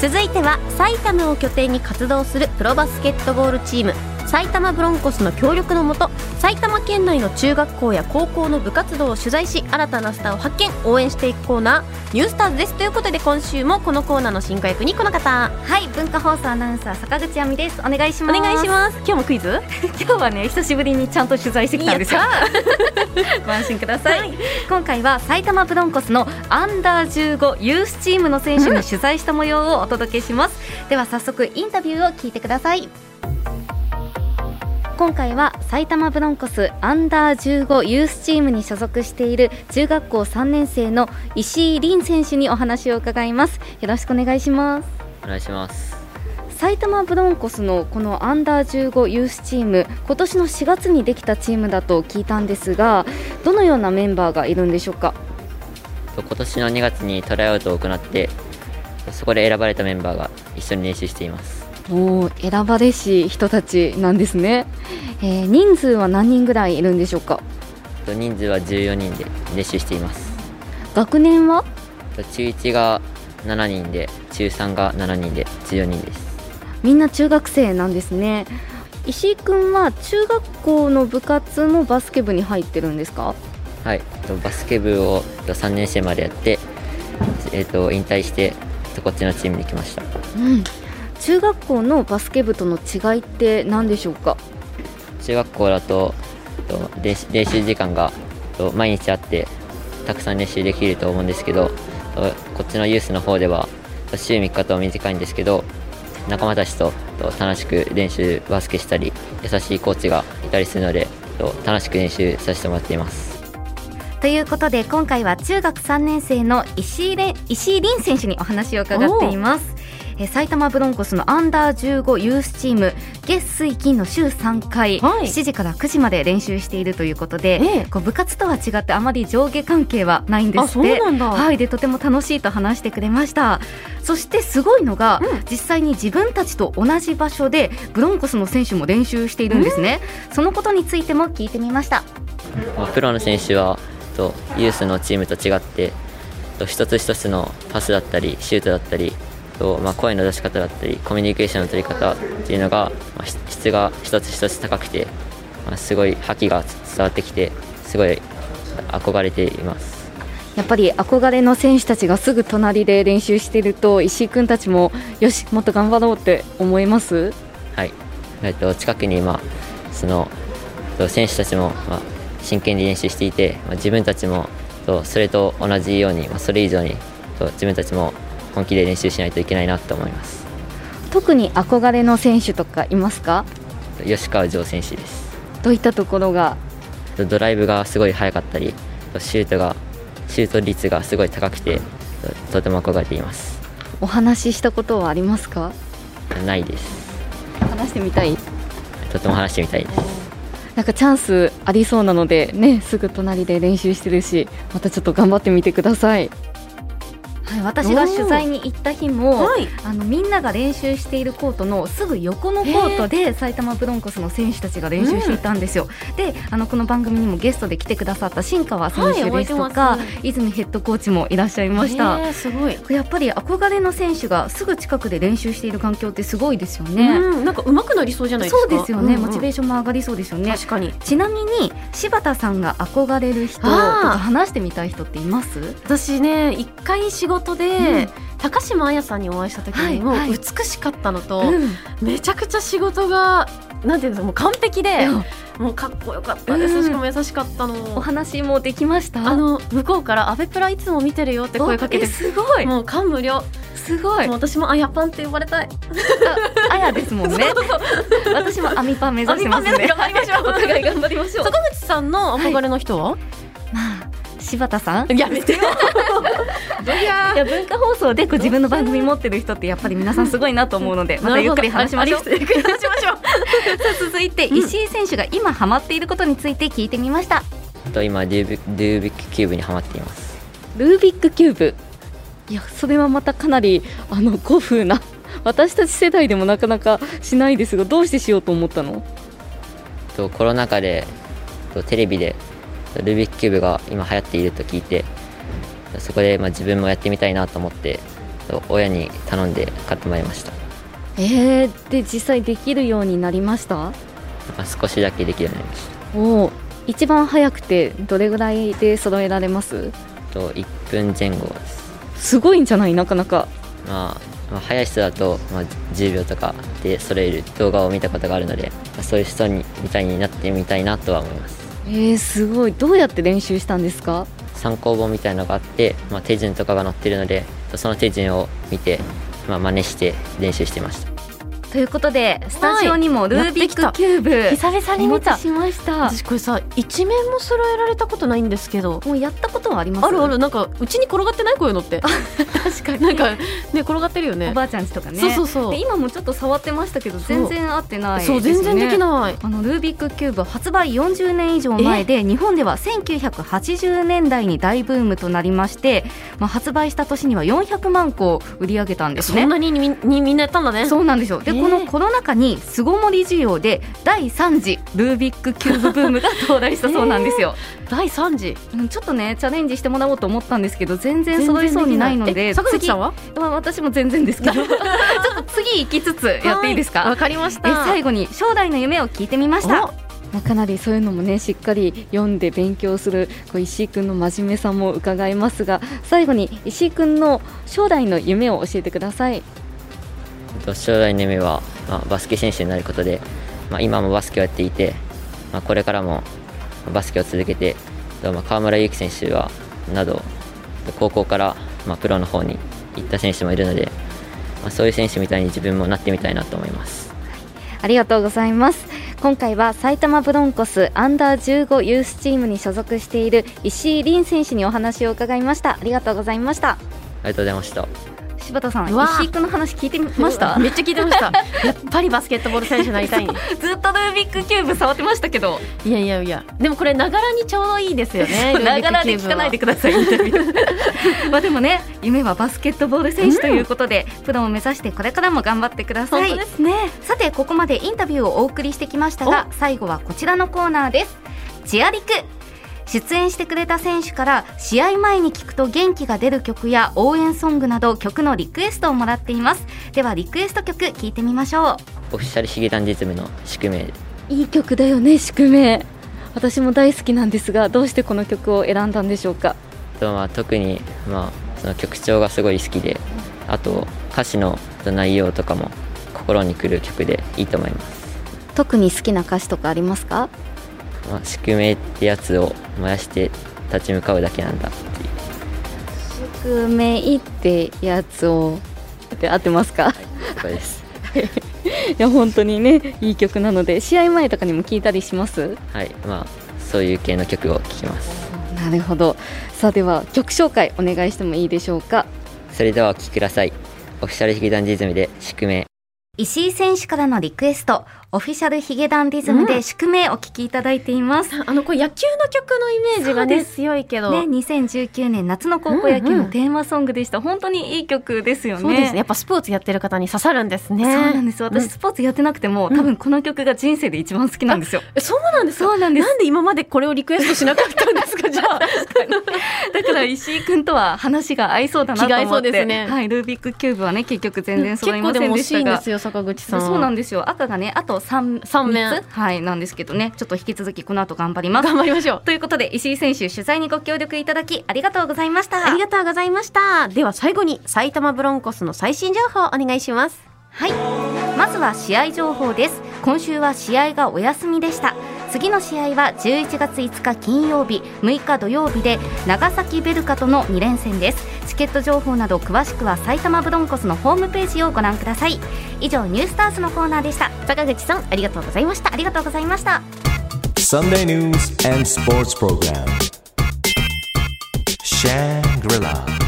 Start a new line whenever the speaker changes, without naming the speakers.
続いては埼玉を拠点に活動するプロバスケットボールチーム埼玉ブロンコスの協力のもと埼玉県内の中学校や高校の部活動を取材し新たなスターを発見応援していくコーナー「ニュースターズ」ですということで今週もこのコーナーの進行役にこの方
はい文化放送アナウンサー坂口亜美ですお願いし
お
ます
願いし
す
ます今日もクイズ
今日はね久しぶりにちゃんと取材してきたんですよ ご安心ください、今回は埼玉ブロンコスのアンダー15ユースチームの選手に取材した模様をお届けします、では早速インタビューを聞いてください今回は埼玉ブロンコスアンダー15ユースチームに所属している中学校3年生の石井凛選手にお話を伺いますよろしくお願いします
お願いします
埼玉ブロンコスのこのアンダー15ユースチーム今年の4月にできたチームだと聞いたんですがどのようなメンバーがいるんでしょうか
と今年の2月にトライアウトを行ってそこで選ばれたメンバーが一緒に練習しています
もう選ばれし人たちなんですね、えー人数は何人ぐらいいるんでしょうか
と人数は14人で練習しています
学年は
と中1が7人で中3が7人で14人です
みんな中学生なんですね石井君は中学校の部活もバスケ部に入ってるんですか
はいとバスケ部をと3年生までやって、えー、と引退してとこっちのチームに来ました
うん中学校のバスケ部との違いって何でしょうか
中学校だとと練習練習時間がと毎日あってたくさん練習できると思うんですけどとこっちのユースの方ではと週3日とは短いんですけど仲間たちとと楽しく練習バスケしたり優しいコーチがいたりするのでと楽しく練習させてもらっています。
ということで今回は中学3年生の石井れ石井凛選手にお話を伺っていますえー埼玉ブロンコスのアンダー15ユースチーム月水金の週3回、
はい
7時から9時まで練習しているということで、
ええ
こう部活とは違ってあまり上下関係はないんですって
んだ
はい、でとても楽しいと話してくれましたそしてすごいのが、
うん
実際に自分たちと同じ場所でブロンコスの選手も練習しているんですね、そのことについても聞いてみました
まあプロの選手はとユースのチームと違ってと一つ一つのパスだったりシュートだったりと、まあ、声の出し方だったりコミュニケーションの取り方っていうのが、まあし質が一つ一つ高くて、まあすごい覇気が伝わってきてすごい憧れています。
やっぱり憧れの選手たちがすぐ隣で練習していると石井君たちもよしもっと頑張ろうって思います
はい、えっと、近くに、まあ、そのえっと選手たちも、まあ、真剣に練習していて、まあ、自分たちもえっとそれと同じように、まあ、それ以上にえっと自分たちも本気で練習しないといけないなと思います
特に憧れの選手とかいますか
吉川城選手です
どういったところが
えっとドライブがすごい速かったりえっとシュートがシュート率がすごい高くてえっととても憧れています
お話ししたことはありますか
ないです
話してみたい
とても話してみたいです
なんかチャンスありそうなのでねすぐ隣で練習してるしまたちょっと頑張ってみてください、はい、私が取材に行った日も、
はい
あのみんなが練習しているコートのすぐ横のコートで埼玉ブロンコスの選手たちが練習していたんですよ。であのこの番組にもゲストで来てくださった新川選手ですとか、
はい覚えてま
泉ヘッドコーチもいらっしゃいました。
えーすごい、
やっぱり憧れの選手がすぐ近くで練習している環境ってすごいですよね。
うんなんか上手くなりそうじゃないです
そ
か
うですよね、
んん
モチベーションも上がりそうですよね。
確かに
ちなみに柴田さんが憧れる人と
あー
か話してみたい人っています
私ね一回仕事で、
うん
高島彩さんにお会いした時にも、
はいはい
美しかったのと、
うん
めちゃくちゃ仕事がなんていうんですかもう完璧で、
うん
もうかっこよかったです、
うん
しかも優しかったの
お話もできました
あの向こうから「アベプラいつも見てるよ」って声かけ
おえ
て
すごい
もう感無量
すごい
もう私も「あやパン」って呼ばれたい
あやですもんね。私もアミパン目指してます
アミパン目指
ね。
して頑張りましょう
お互い頑張りましょう。
坂口さんの憧れの人は、
まあ柴田さん。
やめてよどや
いや文化放送でこう自分の番組持ってる人ってやっぱり皆さんすごいなと思うのでまたゆっくり話しましょう。
ゆっくり話しましょ う
さあ続いて石井選手が今ハマっていることについて聞いてみました。
えっと今ルービルービックキューブにはまっています
ルービックキューブ。いやそれはまたかなりあの古風な私たち世代でもなかなかしないですがどうしてしようと思ったの？
とコロナ禍でとテレビでとルービックキューブが今流行っていると聞いてそこでまあ自分もやってみたいなと思ってと親に頼んで買ってまいりました、
えー、で実際できるようになりました
まあ、少しだけできるようになりました
おお一番早くてどれぐらいで揃えられます
と1分前後です、
すごいんじゃないなかなか
まあ、まあ早い人だと、まあ、10秒とかで揃える動画を見たことがあるので、まあそういう人にみたいになってみたいなとは思います
えー、すごいどうやって練習したんですか
参考本みたいなのがあって、まあ、手順とかが載ってるのでその手順を見て、まあ、真似して練習してました
ということでスタジオにもルービックキューブ
久々
お
に
持
見た
ちしました
私これさ一面も揃えられたことないんですけど
もうやったことはあります
あるあるなんかうちに転がってないこういうのって
確かに
なんかね転がってるよね
おばあちゃんちとかね
そうそうそう
で今もちょっと触ってましたけど
そう
全然合ってないです
そ
よ
う
ね
全然できない
あのルービックキューブは発売40年以上前で日本では1980年代に大ブームとなりまして、まあ、発売した年には400万個を売り上げたんです
そ
ね
ん。なにみにみんなやったんだね
そうなんですよで、
ええ
このコロナ禍に巣ごもり需要で第3次ルービックキューブブームが到来したそうなんですよ、
第3次
うんちょっとねチャレンジしてもらおうと思ったんですけど全然揃いそうにないので
え坂口
次
さんは
まあ私も全然です けどちょっと次行きつつやっていいです
はわ
か
かりまし
え
た
最後に将来の夢を聞いてみましたまあ、かなりそういうのもねしっかり読んで勉強するこう石井君の真面目さも伺いますが最後に石井君の将来の夢を教えてください
えっと将来の夢は、まあ、バスケ選手になることで、まあ、今もバスケをやっていて、まあ、これからもバスケを続けて、えっとまあ、河村勇輝選手はなど高校から、まあ、プロの方に行った選手もいるので、まあ、そういう選手みたいに自分もなってみたいなと思います。
ありがとうございます今回は埼玉ブロンコスアンダー15ユースチームに所属している石井凛選手にお話を伺いましたありがとうございました
ありがとうございました。
柴田さん
うわ
石井君の話聞いてみま
ま
し
した ためっちゃ聞いてました やっぱりバスケットボール選手になりたい
ずっとルービックキューブ触ってましたけど
いやいやいやでもこれながらにちょうどいいですよ ねルービック
ながらで
キュー
聞
ブ
か
は
ないでくださいインタビ ューまあでもね夢はバスケットボール選手ということで、プロを目指してこれからも頑張ってください
本当ですね
さてここまでインタビューをお送りしてきましたが最後はこちらのコーナーですチアリク出演してくれた選手から試合前に聞くと元気が出る曲や応援ソングなど曲のリクエストをもらっていますではリクエスト曲聞いてみましょう
オフィシャルヒゲダンディズムの宿命
いい曲だよね宿命私も大好きなんですがどうしてこの曲を選んだんでしょうか
とまあ特に、まあ、その曲調がすごい好きであと歌詞の内容とかも心にくる曲でいいと思います、
特に好きな歌詞とかありますか
まあ、宿命ってやつを燃やして立ち向かうだけなんだっていう
宿命ってやつをって合ってますか
ところです
いや本当にねいい曲なので試合前とかにも聞いたりします
はいまあそういう系の曲を聴きます
なるほどさあでは曲紹介お願いしてもいいでしょうか
それではお聴きくださいオフィシャルヒゲダンディズムで宿命
石井選手からのリクエストオフィシャルヒゲダンディズムで宿命お聞きいただいています、
あのこれ野球の曲のイメージ
そ
が
う
ね
で
強いけど、
ね、2019年夏の高校野球
うん
の
うん
テーマソングでした、本当にいい曲ですよね
そうですねやっぱスポーツやってる方に刺さるんですね
そうなんです私
うん
スポーツやってなくても、多分この曲が人生で一番好きなんですよ
えそうなんですか
そうなんです
なんで今までこれをリクエストしなかったんですかじゃ あ
だから石井君とは話が合いそうだなと思って
気が合いそうですね
はい、ルービックキューブはね結局全然揃いま
結構で
せん
も
で
惜
し
しい
た
んで
が
すよ坂口さん
そうなんんですよ赤がねあと 3,
三面
つはいなんですけどねちょっと引き続きこの後頑張ります
頑張りましょう
ということで石井選手取材にご協力いただきありがとうございました
ありがとうございましたでは最後に埼玉ブロンコスの最新情報お願いします
はいまずは試合情報です今週は試合がお休みでした次の試合は11月5日金曜日6日土曜日で長崎ベルカとの2連戦ですチケット情報など詳しくは埼玉ブロンコスのホームページをご覧ください以上ニュースターズのコーナーでした
坂口さんありがとうございました
ありがとうございました
Sunday news and sports program. Shangri-La.